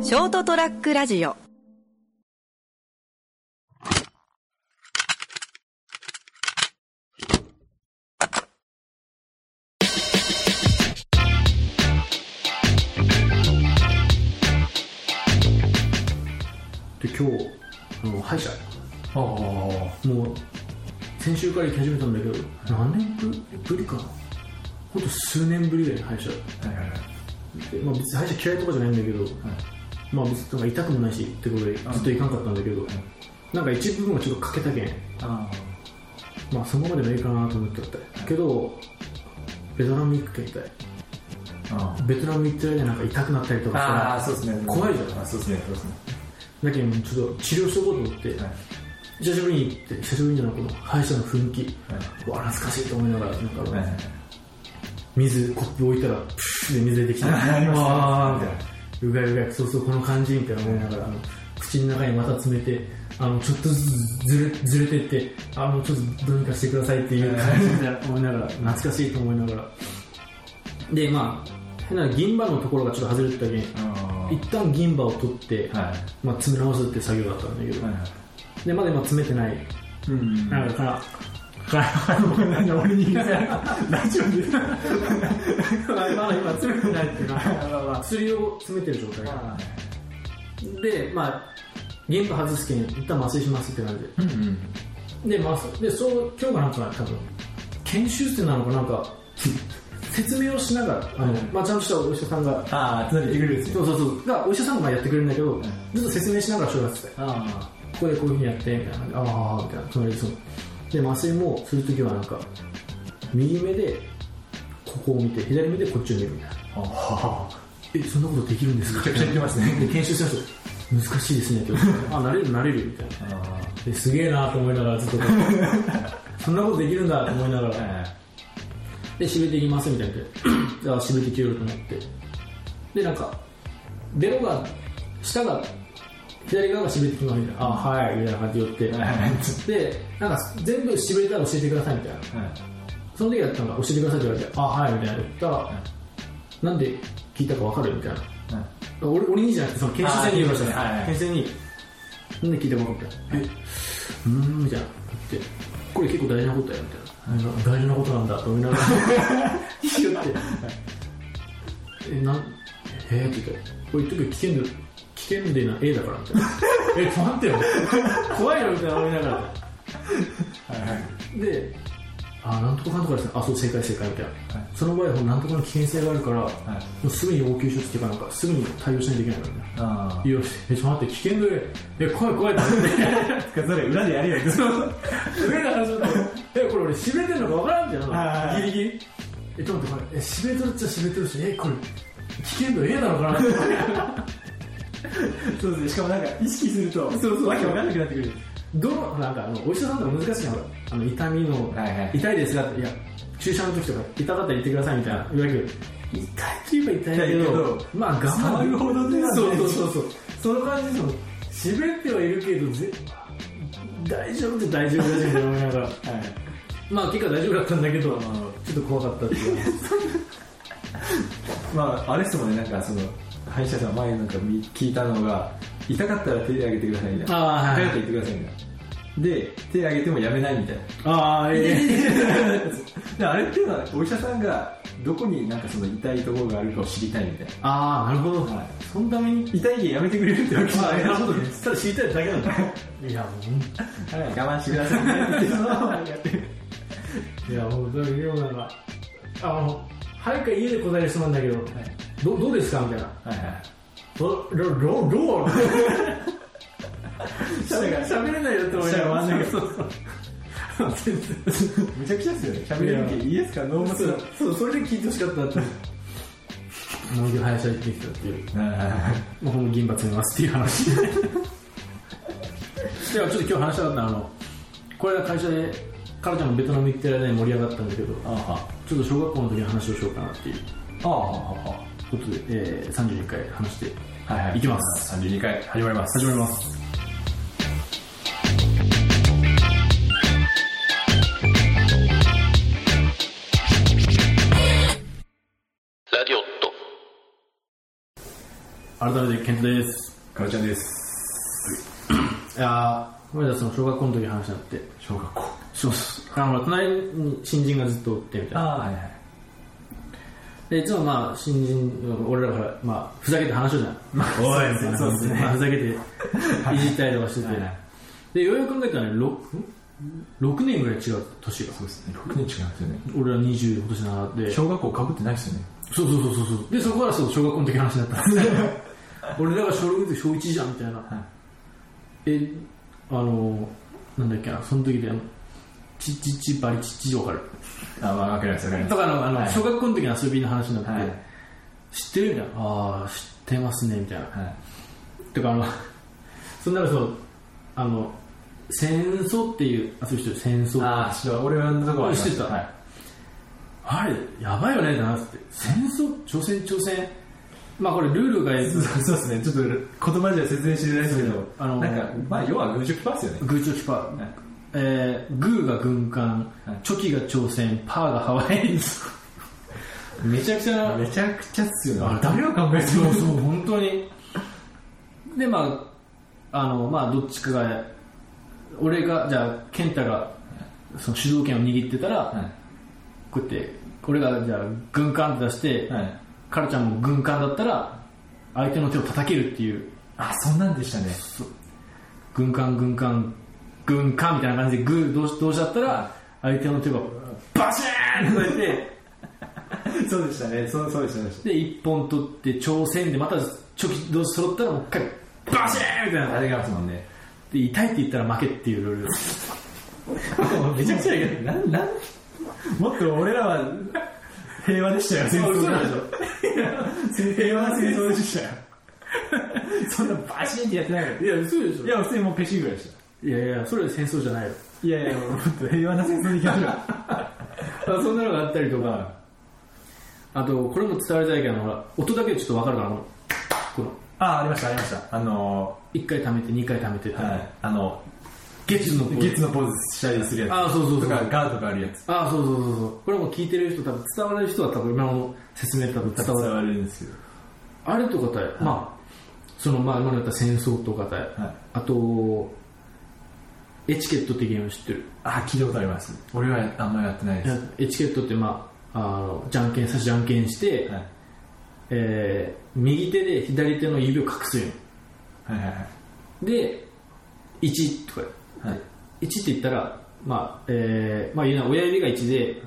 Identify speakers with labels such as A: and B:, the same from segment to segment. A: ショートトラックラジオ
B: で今日あの歯医者
C: ああ
B: もう先週から行き始めたんだけど何年ぶぶりかなほんと数年ぶりだよね歯医者でまあ、別に歯医者嫌いとかじゃないんだけど、まあ別になんか痛くもないしってことでずっと行かんかったんだけど、なんか一部分はちょっと欠けたけん
C: あ
B: まあそこまでもいいかなと思ってたけどベトナム行くけんたい
C: あ
B: ベトナム行ってる間になんか痛くなったりとかしたら
C: ああそうですね
B: 怖いじゃん
C: あそうですねそうですね
B: だけどちょっと治療しとこうと思って、
C: はい
B: 久しぶりに行って久しぶりになこの歯医者の雰囲気、
C: は
B: うわ懐かしいと思いながらなんか、
C: はいはい
B: 水コップ置いたらプシュッで水出てきた
C: ありますね
B: わーみたいなうがいうがいそうそうこの感じみたいな思いながらあの口の中にまた詰めてあのちょっとずつずれずれてってあのちょっとどうにかしてくださいっていう感じみたいな思いながら懐かしいと思いながらでまあ変な銀歯のところがちょっと外れてたけん
C: あ
B: 一旦銀歯を取って、
C: はい
B: まあ、詰め直すって作業だったんだけど、
C: はいはい
B: でまだ今詰めてない
C: うん
B: なんかから
C: 何俺に言うラジオで
B: まだ今詰めてないっていうか 薬を詰めてる状態でまあ原価外すけん一旦麻酔しますって感
C: うんうん
B: じでで麻酔でそう今日がなんか多分研修生なのかなんか説明をしながらあの、まあ、ちゃんとしたお医者さんが
C: ああつなげてくれるんです
B: そ
C: よ
B: うそうそうがお医者さんがやってくれるんだけど、ずっと説明しながらしょうがってたよ
C: あ
B: ここでこういうふうにやってみたいなああみたいな隣でそうで麻酔もするときはなんか右目でここを見て左目でこっちを見るみたいな
C: ああ
B: えそんなことできるんですか
C: めちゃくちゃ言ってますね
B: で研修しました難しいですねって言われてあなれるなれるよみたいな
C: あ
B: ですげえなと思いながらずっと そんなことできるんだと思いながらでしめていきますみたいな言ってじゃあしめて切ろうと思ってでなんかベロが下が左側がしめてきますみたいなあはいみたいな感じで言ってでなんか全部しめれたら教えてくださいみたいなその時だったのが教えてくださいって言われてあはいみたいな言ったらなんで聞いたかわかるみたいな俺俺にじゃなくてその研修生に言いましたね、
C: あー
B: 研修生になんで聞いてもらったえうーんみたいな言ってこれ結構大事なことやみたいななんか大事なことなんだと思い ながら言ってえなんえー、って言ってこれ言っとくけど危険で危険でな A だからみたいな えちょっと待ってよ怖いよみたいな思いながらで、あ、なんとかかんとかですね。あ、そう、正解正解みたいな。
C: はい
B: その場合は、なんとかの危険性があるから、もうすぐに応急処置っていうか、なんか、すぐに対応しないといけないからね。
C: あ
B: いや、え、ちょっと待って、危険で、え、怖い怖い って思って。
C: それ裏でやりやり
B: 上の話だって、え、これ俺、しめてるのか分からんじ
C: はい
B: ゃ
C: は
B: ん。
C: い
B: ギリギリ。え、ちょっと待って、これ、え、しめてるっちゃしめてるし、え、これ、危険度 A なのかなって。
C: そうですねしかもなんか意識するとそうそうわけわかんなくなってくる
B: どの、なんか、あの、お医者さんとか難しいじゃん、ほらあの、痛みの、
C: はいはい
B: 痛いですが、いや、注射の時とか、痛かったら言ってくださいみたいな、言われるけど、痛いって言えば痛いけど、
C: 痛いけど
B: まあ、我慢
C: 触るほどではない
B: そうそうそうそう、その感じで、その、滑ってはいるけど、ぜ大丈夫で大丈夫だし、って思いながら、まあ、結果大丈夫だったんだけど、ちょっと怖かったっていう。
C: まああれですもんねなんかその歯医者さん前なんかみ聞いたのが痛かったら手で挙げてくださいみたい な
B: あーはい
C: 痛かったら言ってくださいみたいなで手挙げてもやめないみたいな
B: ああ、え
C: であれっていうのはお医者さんがどこになんかその痛いところがあるかを知りたいみたいな
B: ああ、なるほど。
C: はい
B: そのために、
C: 痛いけんやめてくれるってわけじゃ
B: まあ、
C: ない
B: なるほどね。ただ知りたいだけなんだ。いや、もう本当
C: はい我慢してくださいねってそのままやってる
B: いや、もう、だから、でもなんか、あの、早く家で答える人なんだけど、どどうですかみたいな。
C: はいはい
B: ど、ど、ど、ど う喋れ喋れないよって思いながら。
C: 下が回んない
B: そうそう。全 然。
C: めちゃくちゃですよね喋れるけんイエスかノーマス
B: そう、そう、それで聞いてほしかったなって。もう一度林は行ってきたっていう。もうほんの銀歯詰めますっていう 話。では、ちょっと今日話したかったのはあの、これが会社で、カラちゃんもベトナム行ってる間に盛り上がったんだけど、
C: あは
B: ちょっと小学校の時の話をしようかなっていう。
C: あは
B: ということで、えー、32回話して
C: あはいはい
B: いきます
C: 32回始まります
B: 始まります
D: ラディオット。
B: 改めて健太です
C: かおちゃんです
B: いやーこの間その小学校の時の話になって
C: 小学校
B: そうそうあの隣に新人がずっとおってみたいな
C: あはいはい
B: でいつもまあ新人俺らから、まあ、ふざけて話しようじゃん、おいみたいな
C: そうですね
B: まあふざけ ていじったりとかしてて、
C: はい
B: でようやく考えたらね 6, 6年ぐらい違う年が
C: そうですね6年違うんですよね
B: 俺ら20今年なでそう
C: 小学校かぶってないですよね
B: そうそうそうそうでそこからそう小学校の時の話になったん です俺らが小6の時小1じゃんみたいな、えあのなんだっけなその時でチッチッチバリチッチわかる
C: あまあわかりますわかりま
B: とかのあの、
C: はい
B: 小学校の時の遊びの話になって、
C: はい
B: 知ってるみたいなああ知ってますねみたいな
C: はい
B: てかあの そんならそうあの戦争っていうあそういう人戦争あ
C: ああ知ってた俺はあのとこはありま
B: 知ってた
C: はい
B: れやばいよねなって戦争朝鮮朝鮮まあこれルールが
C: そうそうですねちょっと言葉じゃ説明しづらいですけど
B: あの
C: なんかまあ要は軍事来ますよね
B: グーチョキパー、えー、グーが軍艦、
C: はい
B: チョキが朝鮮パーがハワイ めちゃくちゃ
C: めちゃくちゃっすよね
B: あれ
C: 誰が考えてる
B: そうそう、本当に。で、まあ、あの、まあ、どっちかが、俺が、じゃあ、健太が、その主導権を握ってたら、
C: は
B: こうやって、俺が、じゃあ、軍艦って出して、
C: いはい
B: カルちゃんも軍艦だったら、相手の手を叩けるっていう、
C: あそんなんでしたね
B: 軍艦、軍艦、軍艦みたいな感じで、グー同士同士だったら、相手の手が、バシーンってこうやって、
C: そうでしたねそうそうでしたそうでし
B: で、一本取って、朝鮮で、また、チョキ同士揃ったら、もう一回、バシーンみたいな
C: た。あれがますもんね
B: で痛いって言ったら負けっていうルール
C: めちゃくちゃやけどなんなんもっと俺らは平和でしたよ戦争
B: そうで
C: しょ平和な戦争でしたよそんなバシンってやってないか
B: いや嘘でし
C: らいや普通にもうペシぐらいでした
B: いやいやそれは戦争じゃないよ
C: いやいやもっと平和な戦争でいきましょう
B: あそんなのがあったりとかあとこれも伝わりたいけどほら音だけでちょっと分かるかなこのこの
C: あありましたありましたあの
B: 1回溜めて2回溜めて、
C: はいあの
B: ゲツのポーズ
C: ゲッツのポーズしたりするやつ
B: あそうそうそう
C: とかガードがあるやつ
B: あそうそうそうそうこれも聞いてる人多分伝わらない人は多分今の説明多分伝
C: 伝
B: わる
C: わるんですよ
B: あれとかたよ、まあそのまあ今の言った戦争とかたよ、
C: はい
B: あとエチケットってゲーム知ってる
C: あ聞いたことあります俺はあんまりやってないです
B: エチケットってまああのじゃんけんさしじゃんけんして、
C: はい
B: えー右手で左手の指を隠すよ
C: はいはい
B: で1とか
C: はいはい
B: 1って言ったら、まあえーまあ、言うなら親指が1で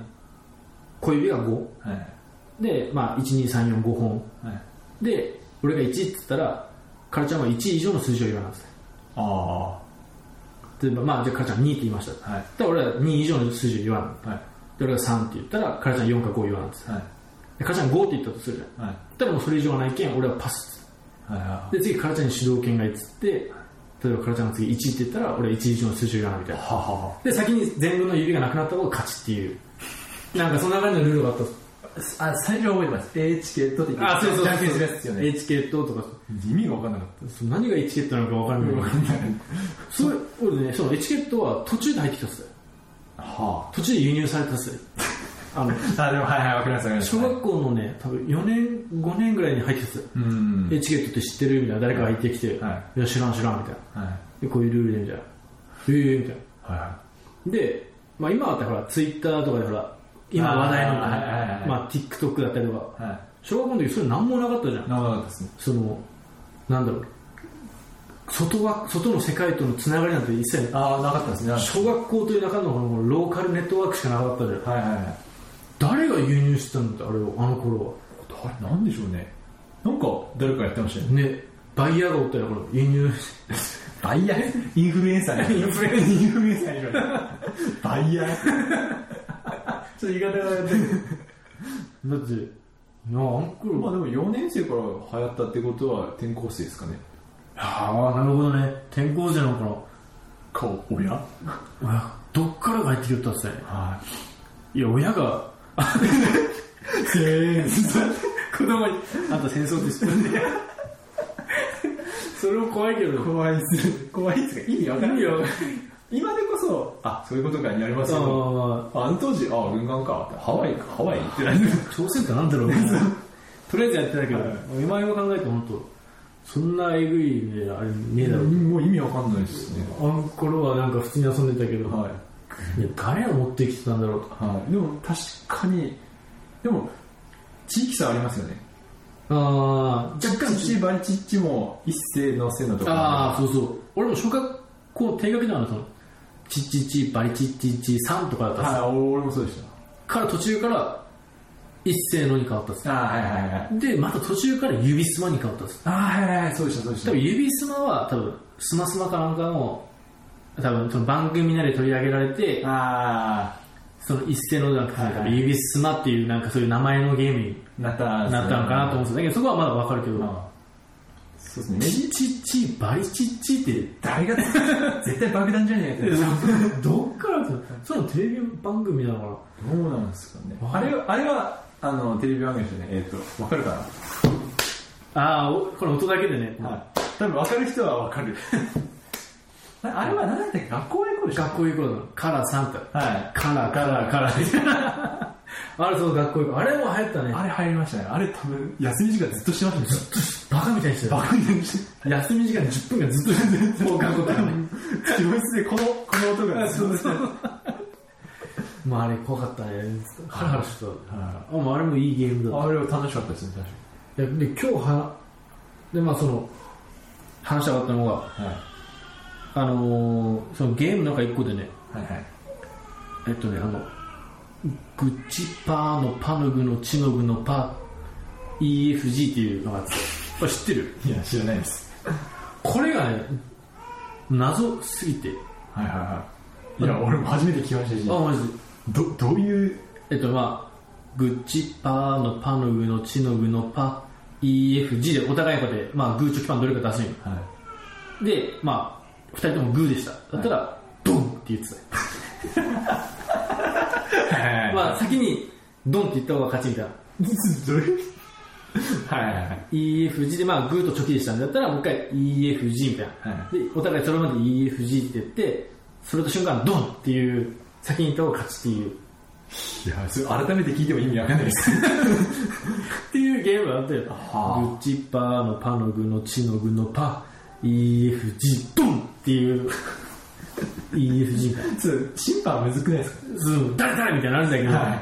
B: 小指が5
C: はい
B: で、まあ、12345本
C: はい
B: で俺が1って言ったらカラちゃんは1以上の数字を言わないんです
C: ああ
B: 例えば、まあ、じゃあカラちゃん2って言いましただか
C: はい
B: ら俺は2以上の数字を言わない
C: はい
B: で俺が3って言ったらカラちゃん4か5言わないんです
C: はい
B: でカラちゃん5って言ったとするじゃん
C: はい
B: ただもうそれ以上はないけん俺はパス
C: はいは
B: で次カラちゃんに主導権が移って例えばカラちゃんが次1って言ったら俺1以上の数字を言わないみたいな
C: はは
B: で先に全部の指がなくなった方が勝ちっていうなんかそんな感じのルールがあった
C: あ最初は覚えてますエチケットってじゃんけんするやつですよね
B: エチケットとか
C: 意味が分からなかっ
B: そう何がエチケットなのか分からない、
C: たんない
B: それ俺ねそのエチケットは途中で入ってきたっすよ
C: は
B: 途中で輸入されたっすよあの
C: ああでもはいはい分かります分かります
B: 小学校のね多分4年5年ぐらいに入ってきたっすよ、
C: うん
B: エチケットって知ってるみたいな誰かが言ってきて、、
C: はい
B: や知らん知らんみたいな
C: はい
B: でこういうルールでみたいなへえみたいな
C: は
B: で、まあ、今はほらツイッターとかでほら今話題の、
C: あーはいはいはい
B: まあ、TikTok だったりとか
C: いは
B: 小学校の時それ何もなかったじゃ
C: い
B: ん
C: なるほどですね
B: そのなんだろう外は外の世界とのつながりなんて一切
C: ああなかったですねはい
B: 小学校という中のこのローカルネットワークしかなかったじゃん
C: はいはい
B: 誰が輸入してたんだってあれをあの頃
C: 誰なんでしょうねなんか誰かやってましたよ
B: はねバイヤーがおったよこの輸入
C: バイヤーインフルエンサーインフルエンサーインフルエンサーにバイヤー
B: ちょっと言い方がやってだってなああの頃
C: まあでも4年生から流行ったってことは転校生ですかね
B: ああなるほどね転校生の頃
C: か親はい
B: 親どっからが入ってきよったっすねいや親が
C: え
B: 子供にあんた戦争って知ってるんだよそれも怖いけど
C: 怖いっす怖いっすか意味わかんない今でこそあそういうことかになりますよ
B: あ
C: あの当時あ軍艦かハワイかハワイ行ってない
B: あ朝鮮ってなんだろうとりあえずやってたけど今今考えて本そんなえぐいねあれねえだろ、
C: もう意味わかんないですね。
B: あの頃はなんか普通に遊んでたけど、
C: はい。
B: いや誰が持ってきてたんだろうと
C: はい。でも確かに、でも、地域差ありますよね。
B: ああ
C: 若干、千葉ちっちも一斉のせのと
B: あ
C: か。
B: あそうそう俺も小学校低学年だったのチッチッチバリチッチッチさんとかだったんですよ
C: はい、俺もそうでし
B: から途中から一斉のに変わったんです
C: た。ああ、はいはいはい。
B: でまた途中から指すまに変わったんです
C: ああ、はいはいはい、そうでした、そうでし
B: 多
C: た。
B: 分指すまは多分スマスマかなんかの多分その番組なりで取り上げられて
C: あ
B: その一斉のじゃなくて
C: はいはい
B: 多分指すまっていうなんかそういう名前のゲームに
C: あ、なったんですね
B: なったのかなと思うんですよだけどそこはまだわかるけど
C: あーそうですね。
B: チ
C: ね
B: ッチッチバリチッチ って
C: 誰が、絶対爆弾じゃねえって。
B: どっからだったのそのテレビ番組なのかな
C: どうなんですかね。あれは、あれは、あの、テレビ番組ですよね。えっ、と、わかるか
B: ああ、おこれ音だけでね、
C: なはい。多分わかる人はわかる。 あれは何だったっけ学校へ行こうでしょ
B: 学校行こうの、カラー3って、
C: はい。
B: カラー、カラー、カラーみたいな、 あれ、そう、学校行こう、あれも流行ったね、
C: あれ入りましたね。あれ多分、休み時間ずっとしてましたね。
B: バカみたいにしてた、
C: バカにして
B: 休み時間10分間ずっと全 然、もう学校からね、
C: 教室でこの、この音が。そうですね。
B: まあ、あれ怖かったね、ハラハラしてた、あもうあれもいいゲームだっ
C: あれは楽しかったですね、確
B: た、いやで、今日は、で、まあ、その、話したかったのが、
C: かに。はい。
B: あのーそのゲームの中1個でね、
C: はいはい。
B: えっとね、あの、グチパーのパのグのチのグのパ EFG っていうのがあって、これ知ってる
C: いや、知らないです。
B: これがね、謎すぎて、
C: はいはいはい。いや、俺も初めて聞きましたし、
B: あ、マジで。
C: ど、どういう、
B: えっと、まあ、グチパーのパのグのチのグのパ EFG でお互いこうやって、まあ、グーチョキパンどれか出すんよ。
C: はい。
B: で、まあ、二人ともグーでした。だったら、ドンって言ってたよ。 まあ、先に、ドンって言った方が勝ちみたいな。
C: どういうはいはいはい。
B: EFG で、まあ、グーとチョキでしたんだったら、もう一回 EFG みたいな。
C: は
B: で、お互いそれまで EFG って言って、それと瞬間、ドンっていう、先に言った方が勝ちっていう、
C: いや、それ改めて聞いても意味わかんないです。
B: っていうゲームがあったよ。グ
C: はあ
B: ッチパーのパのグのチのグのパ、EFG、ドンって いう、EFG が、
C: そう審判はむずくないですか
B: ズーム、誰誰みたいになるんだけど、
C: は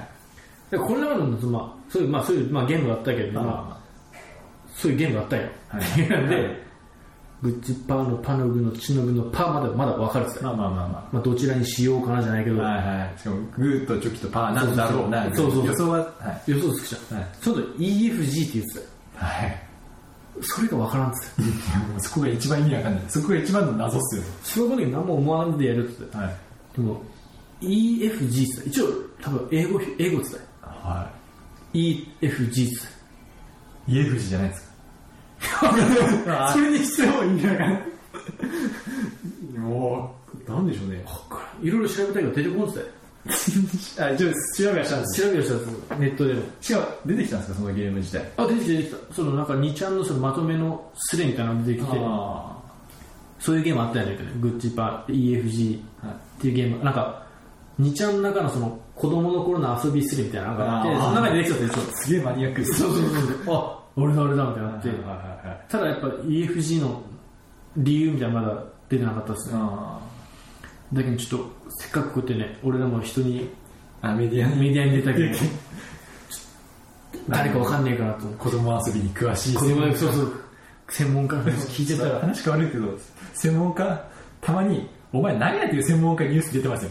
B: でこの中の、そのまあ、そういう、まあ、そういう、まあ、ゲームがあったけど、まあ、そういうゲームがあったよ。
C: はい
B: っていうの
C: は い
B: で、グッチパーのパのグのチのグのパまでまだ分かれてたよ
C: まあまあまあま
B: まあ、どちらにしようかなじゃないけど、
C: あ。はいはい。しかも、グーとチョキとパーなんだろうな。
B: そうそうそう
C: 予想は、はい。
B: 予想つくじゃん、
C: はい
B: ちょうど EFG って言ってたよ
C: はい。
B: それが分からんっつってたよ
C: いやもうそこが一番意味わかんない。そこが一番の謎っすよね。
B: 小学校の時何も思わんでやるっつってたよ
C: はい。
B: でも EFG って言ってた一応多分英語英語っつってたよ
C: は
B: EFG っつって
C: い。家藤じゃないです
B: たよ
C: か。
B: それにしても
C: 意味わかんない。もう、なんでしょうね。
B: いろいろ調べたけど出てこんっつって
C: あ、一応調べはしたんです
B: たよ調べをしたんですよネットでも
C: しかも、出てきたんですか、そのゲーム自体。
B: あ出てきた出てきたそのなんか2ちゃんのそのまとめのスレみたいなのが出てきて
C: あ
B: そういうゲームあったんだけどねグッチパ EFG
C: あ。はい。
B: っていうゲームなんか2ちゃんの中のその子供の頃の遊びスレみたいなのがあって
C: あー
B: その中に出てきたんですよ
C: すげえマニアックです。
B: そうそうそうそう。あ、俺だ俺だみたいになって。
C: はいはい。
B: ただやっぱ EFG の理由みたいなのまだ出てなかったですね。
C: あ
B: だけどちょっと、せっかくこうやってね、俺らも人に、
C: あ、メディアに
B: メディアに出たけど、誰かわかんねえかなと思って。
C: 子供遊びに詳しい
B: 子供のそうそう、専門家の話聞いてたら、
C: 話変わるけど、専門家、たまに、お前何やっていう専門家ニュース出てます よ。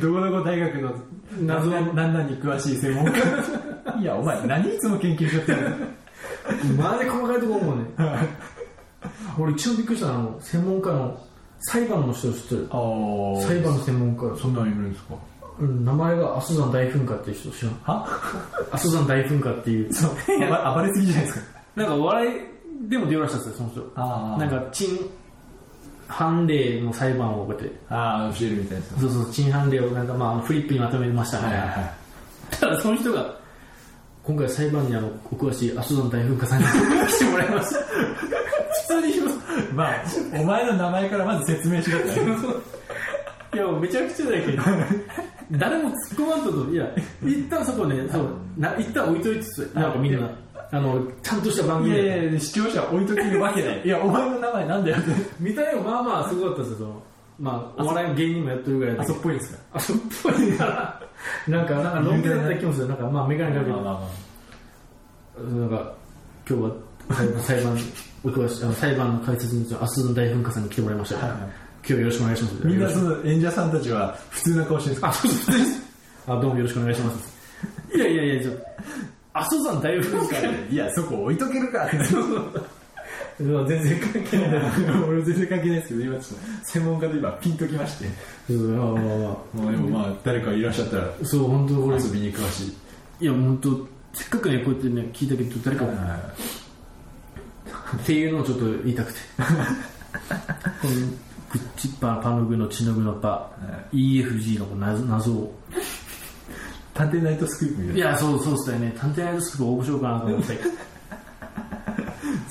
C: どこどこ大学の
B: 謎の
C: なんなんに詳しい専門家。 いや、お前何いつも研究しよってる
B: まで細かいところもね、俺一応びっくりしたのはあの、専門家の裁判の人を知ってる。
C: の
B: 裁判の専門家、
C: そんなのいるんですか
B: うん名前が阿蘇山大噴火っていう人知らん。
C: は
B: 阿蘇山大噴火っていう、
C: そう暴暴れすぎじゃないですか。
B: なんかお笑いでも出ようらしたんですよ、その人。
C: あ
B: なんか、陳判例の裁判をこうやって、
C: ああ、教えるみたいですよ。
B: そうそう、陳判例をなんか、まああの、フリップにまとめましたみ
C: は
B: た
C: い
B: い
C: はい
B: な。
C: はい。
B: ただ、その人が、今回裁判にあの、お詳しい阿蘇山大噴火さんに 来てもらいました。普通に言います
C: まあ、お前の名前からまず説明しろって。
B: いや、もうめちゃくちゃだけど、誰も突っ込まんとと、いや、一旦そこね、そう、な一旦置いといて、なんかみんな、あのちゃんとした番
C: い
B: 組で
C: やいやいや、視聴者は置いとけるわけ ない。いや、お前の名前なんだよって。
B: 見た目もまあまあすごかったですよそのまあお笑い芸人もやってるぐらいで
C: あそっぽいんですか。
B: あそっぽい ななんかなんかのんびりだった気もするなんかまあ眼鏡かけて
C: あま
B: なんか今日は裁判裁判お詳しいあの裁判の解説に明日の大噴火さんに来てもらいました、
C: はいはい
B: 今日よろしくお願いします
C: みんな
B: よろし
C: そ
B: く
C: の演者さんたちは普通な顔してるんです
B: あ
C: か
B: そうそうそうあどうもよろしくお願いしますいやいやいやちょ阿蘇山大噴火
C: いや、そこ置いとけるかって。
B: 全然関係ない
C: 俺全然関係ないですけど、今ちょっと専門家で今ピンときまして。
B: そうああ
C: もうでもまあ、誰かいらっしゃったら
B: あそう本当これ
C: 遊びに詳しい。
B: いや本当せっかくねこうやってね聞いたけど誰かもっていうのをちょっと言いたくてこのグッチッパーパノグのチノグのパ、EFG のこの謎謎を
C: 探偵ナイトスクープみたい
B: い
C: な。
B: やそうそうっすよね探偵ナイトスクープ応募しようかなと思って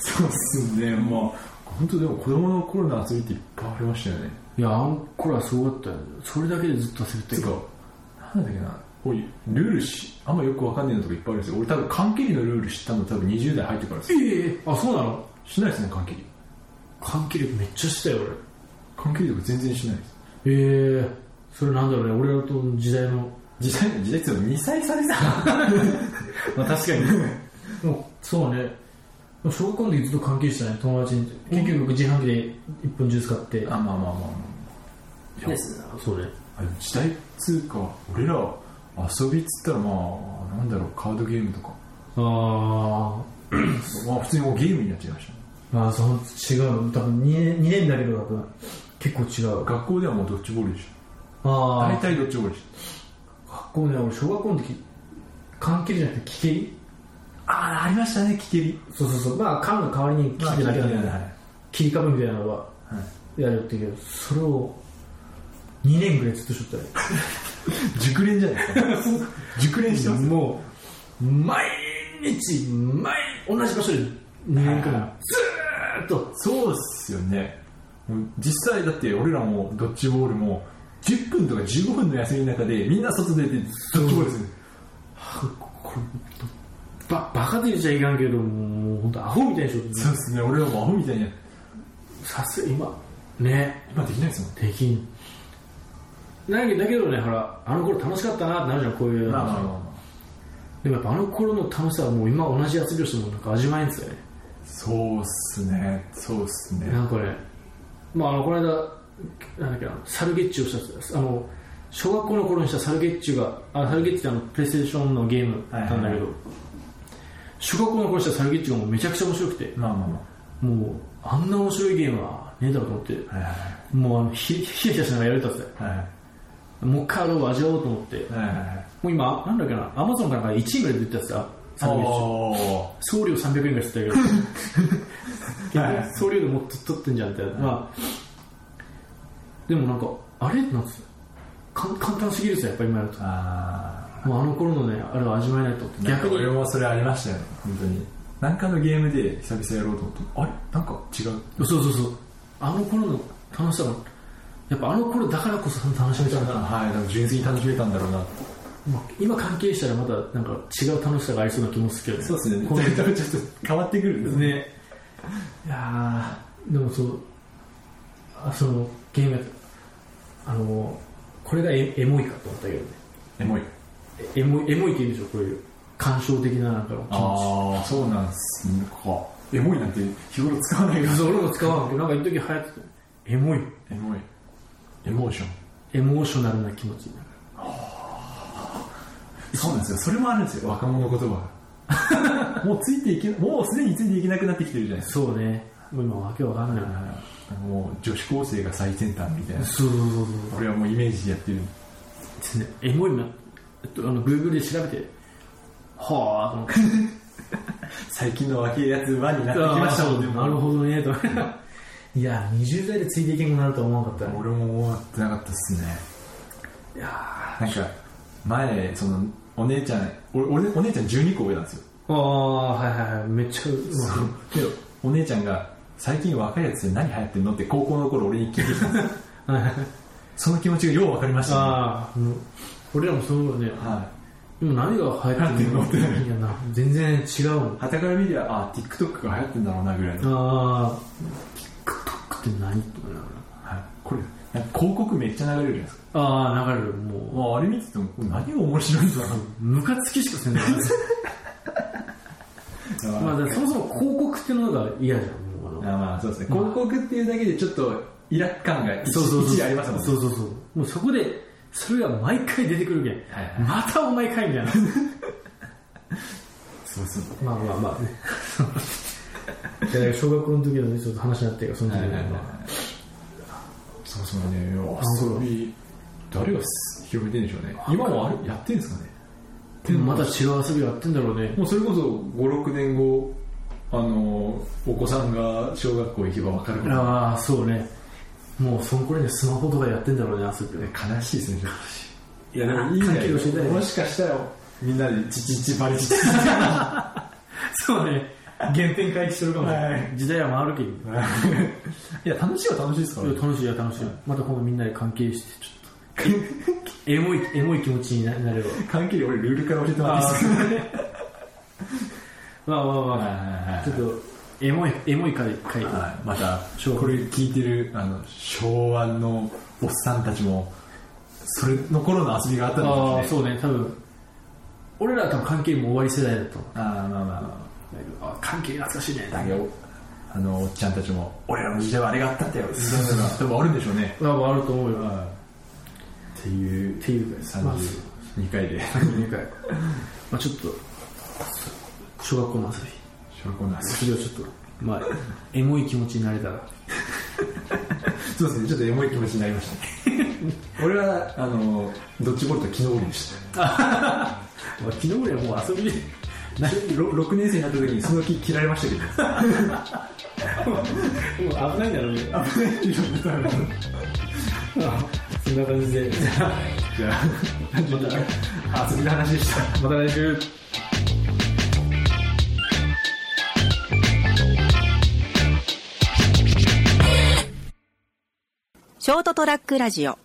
C: そうっすね、もう。本当でも子供の頃の遊びっていっぱいありましたよね。
B: いやあの頃はすごかったよそれだけでずっと忘れてる
C: てか、なんだっけな、こういうルールし、あんまよくわかんねえのとかいっぱいあるんですよ。俺多分、缶切りのルール知ったの多分20代入ってからですよ。
B: ええあそうなの
C: しないですね、缶切り。
B: 関係力めっちゃしてたよ
C: 缶切りとか全然しないです。
B: 俺ええそれなんだろうね俺らとの時代の
C: 時代、時代って2歳差です か
B: まあ確かにもうそうねもう小学校の時ずっと関係してたね友達に結局僕自販機で1本ジュース買って
C: あ、まあまあまあまあ。いや、
B: そうね
C: あの時代っつうか、俺ら遊びっつったらまあ、なんだろう、カードゲームとか。
B: あ
C: まあ普通にもうゲームになっちゃいましたね。
B: ーあーその違う多分2年 ,2 年だけど多分結構違う
C: 学校ではもうドッジボールでしょ。
B: あ
C: 大
B: あ
C: 体ドッジボールでしょ。
B: 学校ね俺小学校の時缶切りじゃなくて木切り
C: ああ、ありましたね、聞けり。
B: そうそうそうまあ缶の代わりに切ってるだけなんだよね
C: ね。
B: 切り株みたいなのは
C: はい
B: やるっていうけどそれを2年ぐらいずっとしとったよ
C: 熟練じゃないですか熟練してます
B: もう毎日毎同じ場所で2年間ずーっと
C: そうっすよねもう実際だって俺らもドッジボールも10分とか15分の休みの中でみんな外出てドッジボールする
B: これババカで言っちゃいかんけどもう本当アホみたいでしょ
C: そうっすね俺らもアホみたいに
B: さすが今ね
C: 今できないですもん
B: できんなんやけどだけどねほらあの頃楽しかったなってなるじゃんこういう、
C: まあまあまあま
B: でもやっぱあの頃の楽しさはもう今同じやつ病してもなんか味わえんすよね
C: あそうっすねそうっすね
B: なんかねまああのこの間なんだっけなサルゲッチュをしたやつあの小学校の頃にしたサルゲッチュがあサルゲッチュってあのプレイステーションのゲームだったんだけ
C: はいはい
B: ど、
C: は
B: 小学校の頃にしたサルゲッチュがもうめちゃくちゃ面白くて
C: まあまあま
B: もうあんな面白いゲームはねえだろうと思って
C: あはい
B: もうあのひひやひやしながらやれたっすね
C: はい
B: もう一回あれを味わおうと思って
C: はいはいはい
B: もう今、なんだっけな、アマゾンから1位ぐらいで売ったやつだ、サンドイッチ
C: おー
B: 送料300円ぐらいして たけど、
C: はい
B: 結局送料でもっと取ってんじゃんって、まあ、でもなんか、あれなんですよかん簡単すぎるっすよ、やっぱ今やると。
C: あ
B: もうあの頃のね、あれは味わえないと思って。
C: ー逆
B: 逆
C: に
B: に、
C: 俺もそれありましたよ本当になんかのゲームで久々やろうと思ってもあれなんか違う
B: そうそうそう、あの頃の楽しさが、やっぱあの頃だからこそ楽しめたんだな。
C: はい、なんか純粋に楽しめたんだろうな
B: まあ今関係したらまたなんか違う楽しさがありそうな気もするけど
C: そうですね。
B: こ
C: こ
B: の
C: れ多分ちょっと変わってくるんですね。
B: ねいやーでもそうあそのゲームやったあのこれがエエモいかと思ったけどね
C: エモい。
B: えエモいエモいって言うんでしょこういう感傷的ななんかの気持
C: ああ、そうなんすね。か。エモいなんて日頃使わないから
B: ち。そう俺も使わんけどなんか一時流行ってたエモい
C: エモい。エモーション。
B: エモーショナルな気持ちになる
C: そうなんですよ。それもあるんですよ。若者言葉が。 もうついていけ、もうすでについていけなくなってきてるじゃないです
B: そうねもう今わけわかんないな
C: か。もう女子高生が最先端みたいな。
B: そうそうそう
C: これはもうイメージでやってる。
B: そうですねエモいなえっとあの Google で調べてはあと思って
C: 最近の若い やつはになってきましたもん、でも
B: なるほどねと いや20代でついていけんくなるとは思わなかったね
C: 俺も思ってなかったっすね。
B: いや
C: なんか、前、その、お姉ちゃん、俺、俺お姉ちゃん12個上なんですよ。
B: ーああはいはいはいめっちゃうまい
C: けどお姉ちゃんが最近若いやつで何流行ってんのって高校の頃俺に聞いてきた んですよ
B: はいはい
C: その気持ちがよう分かりましたね
B: ああうん俺らもその頃ね
C: は
B: 今何が流行ってるの
C: 流行って
B: いやな全然違うもん
C: はたから見りゃあ TikTok が流行ってんだろうなぐらいの、
B: ああ TikTok って何って思いながら
C: はい、これなんか広告めっちゃ流れるじゃないですか、
B: ああ流れるもう
C: まあ、あれ見ててもこれ何が面白いんだろう
B: ムカつきしかせんない まあだからそもそも広告ってのが嫌じゃんもうあの
C: あまあそうですね広告っていうだけでちょっとイラ感が一
B: そうそうそう
C: 一理ありますもんね
B: そうそうそうもうそこでそれが毎回出てくるけん、
C: はいはい
B: またお前かいみたいな
C: そうそう
B: まあまあまあね いや小学校の時のねちょっと話になってるからその時
C: はいはい
B: の、
C: はいはいそもそもね遊び誰が広めてんでしょうね今もあれやってんですかね
B: でもまた違う遊びやってんだろうね
C: もうそれこそ56年後あのお子さんが小学校行けば分かるぐら
B: ああそうねもうその頃にはスマホとかやってんだろうね遊びね
C: い悲しいですねちょっといやでもいい
B: 環
C: ん
B: 境教えたいね
C: もしかしたらみんなでチチチバリチチ
B: そうね原点回帰するかもしれない、
C: は
B: 時代は回るけん
C: いや楽しいは楽しいですから
B: いや楽しいや楽しい、また今度みんなで関係してちょっとエモいエモい気持ちにななれば
C: 関係より俺ルールから教えてもらっていいですか
B: まあまあまあ、
C: は
B: ち
C: い
B: ょっとエモいエモい回回、
C: はい、また
B: 昭和
C: これ聞いてるあの昭和のおっさんたちもそれの頃の遊びがあったんです
B: あ
C: ね
B: あそうね多分俺らは多分関係も終わり世代だと思う
C: あーまあまあま
B: だけどあ関係懐かしいね
C: あだけどあのおっちゃんたちも俺らの時代はあれがあったんだよみたいなのが多分あるんでしょうね、
B: まあまああると思うよ
C: っていう
B: っていうかまあ
C: 32回で
B: 32回まあちょっと小学校の遊び
C: 小学校の遊び
B: それをちょっとまあエモい気持ちになれたら
C: そうですねちょっとエモい気持ちになりましたね 俺はあのドッジボールと木登りでした
B: まあ昨日ぐらいはもう遊びで
C: 6年生になった時にその木切られましたけど
B: もう危ないんだろうねそんな感じで
C: じゃあ、遊びの話でした。
B: また来週
A: ショートトラックラジオ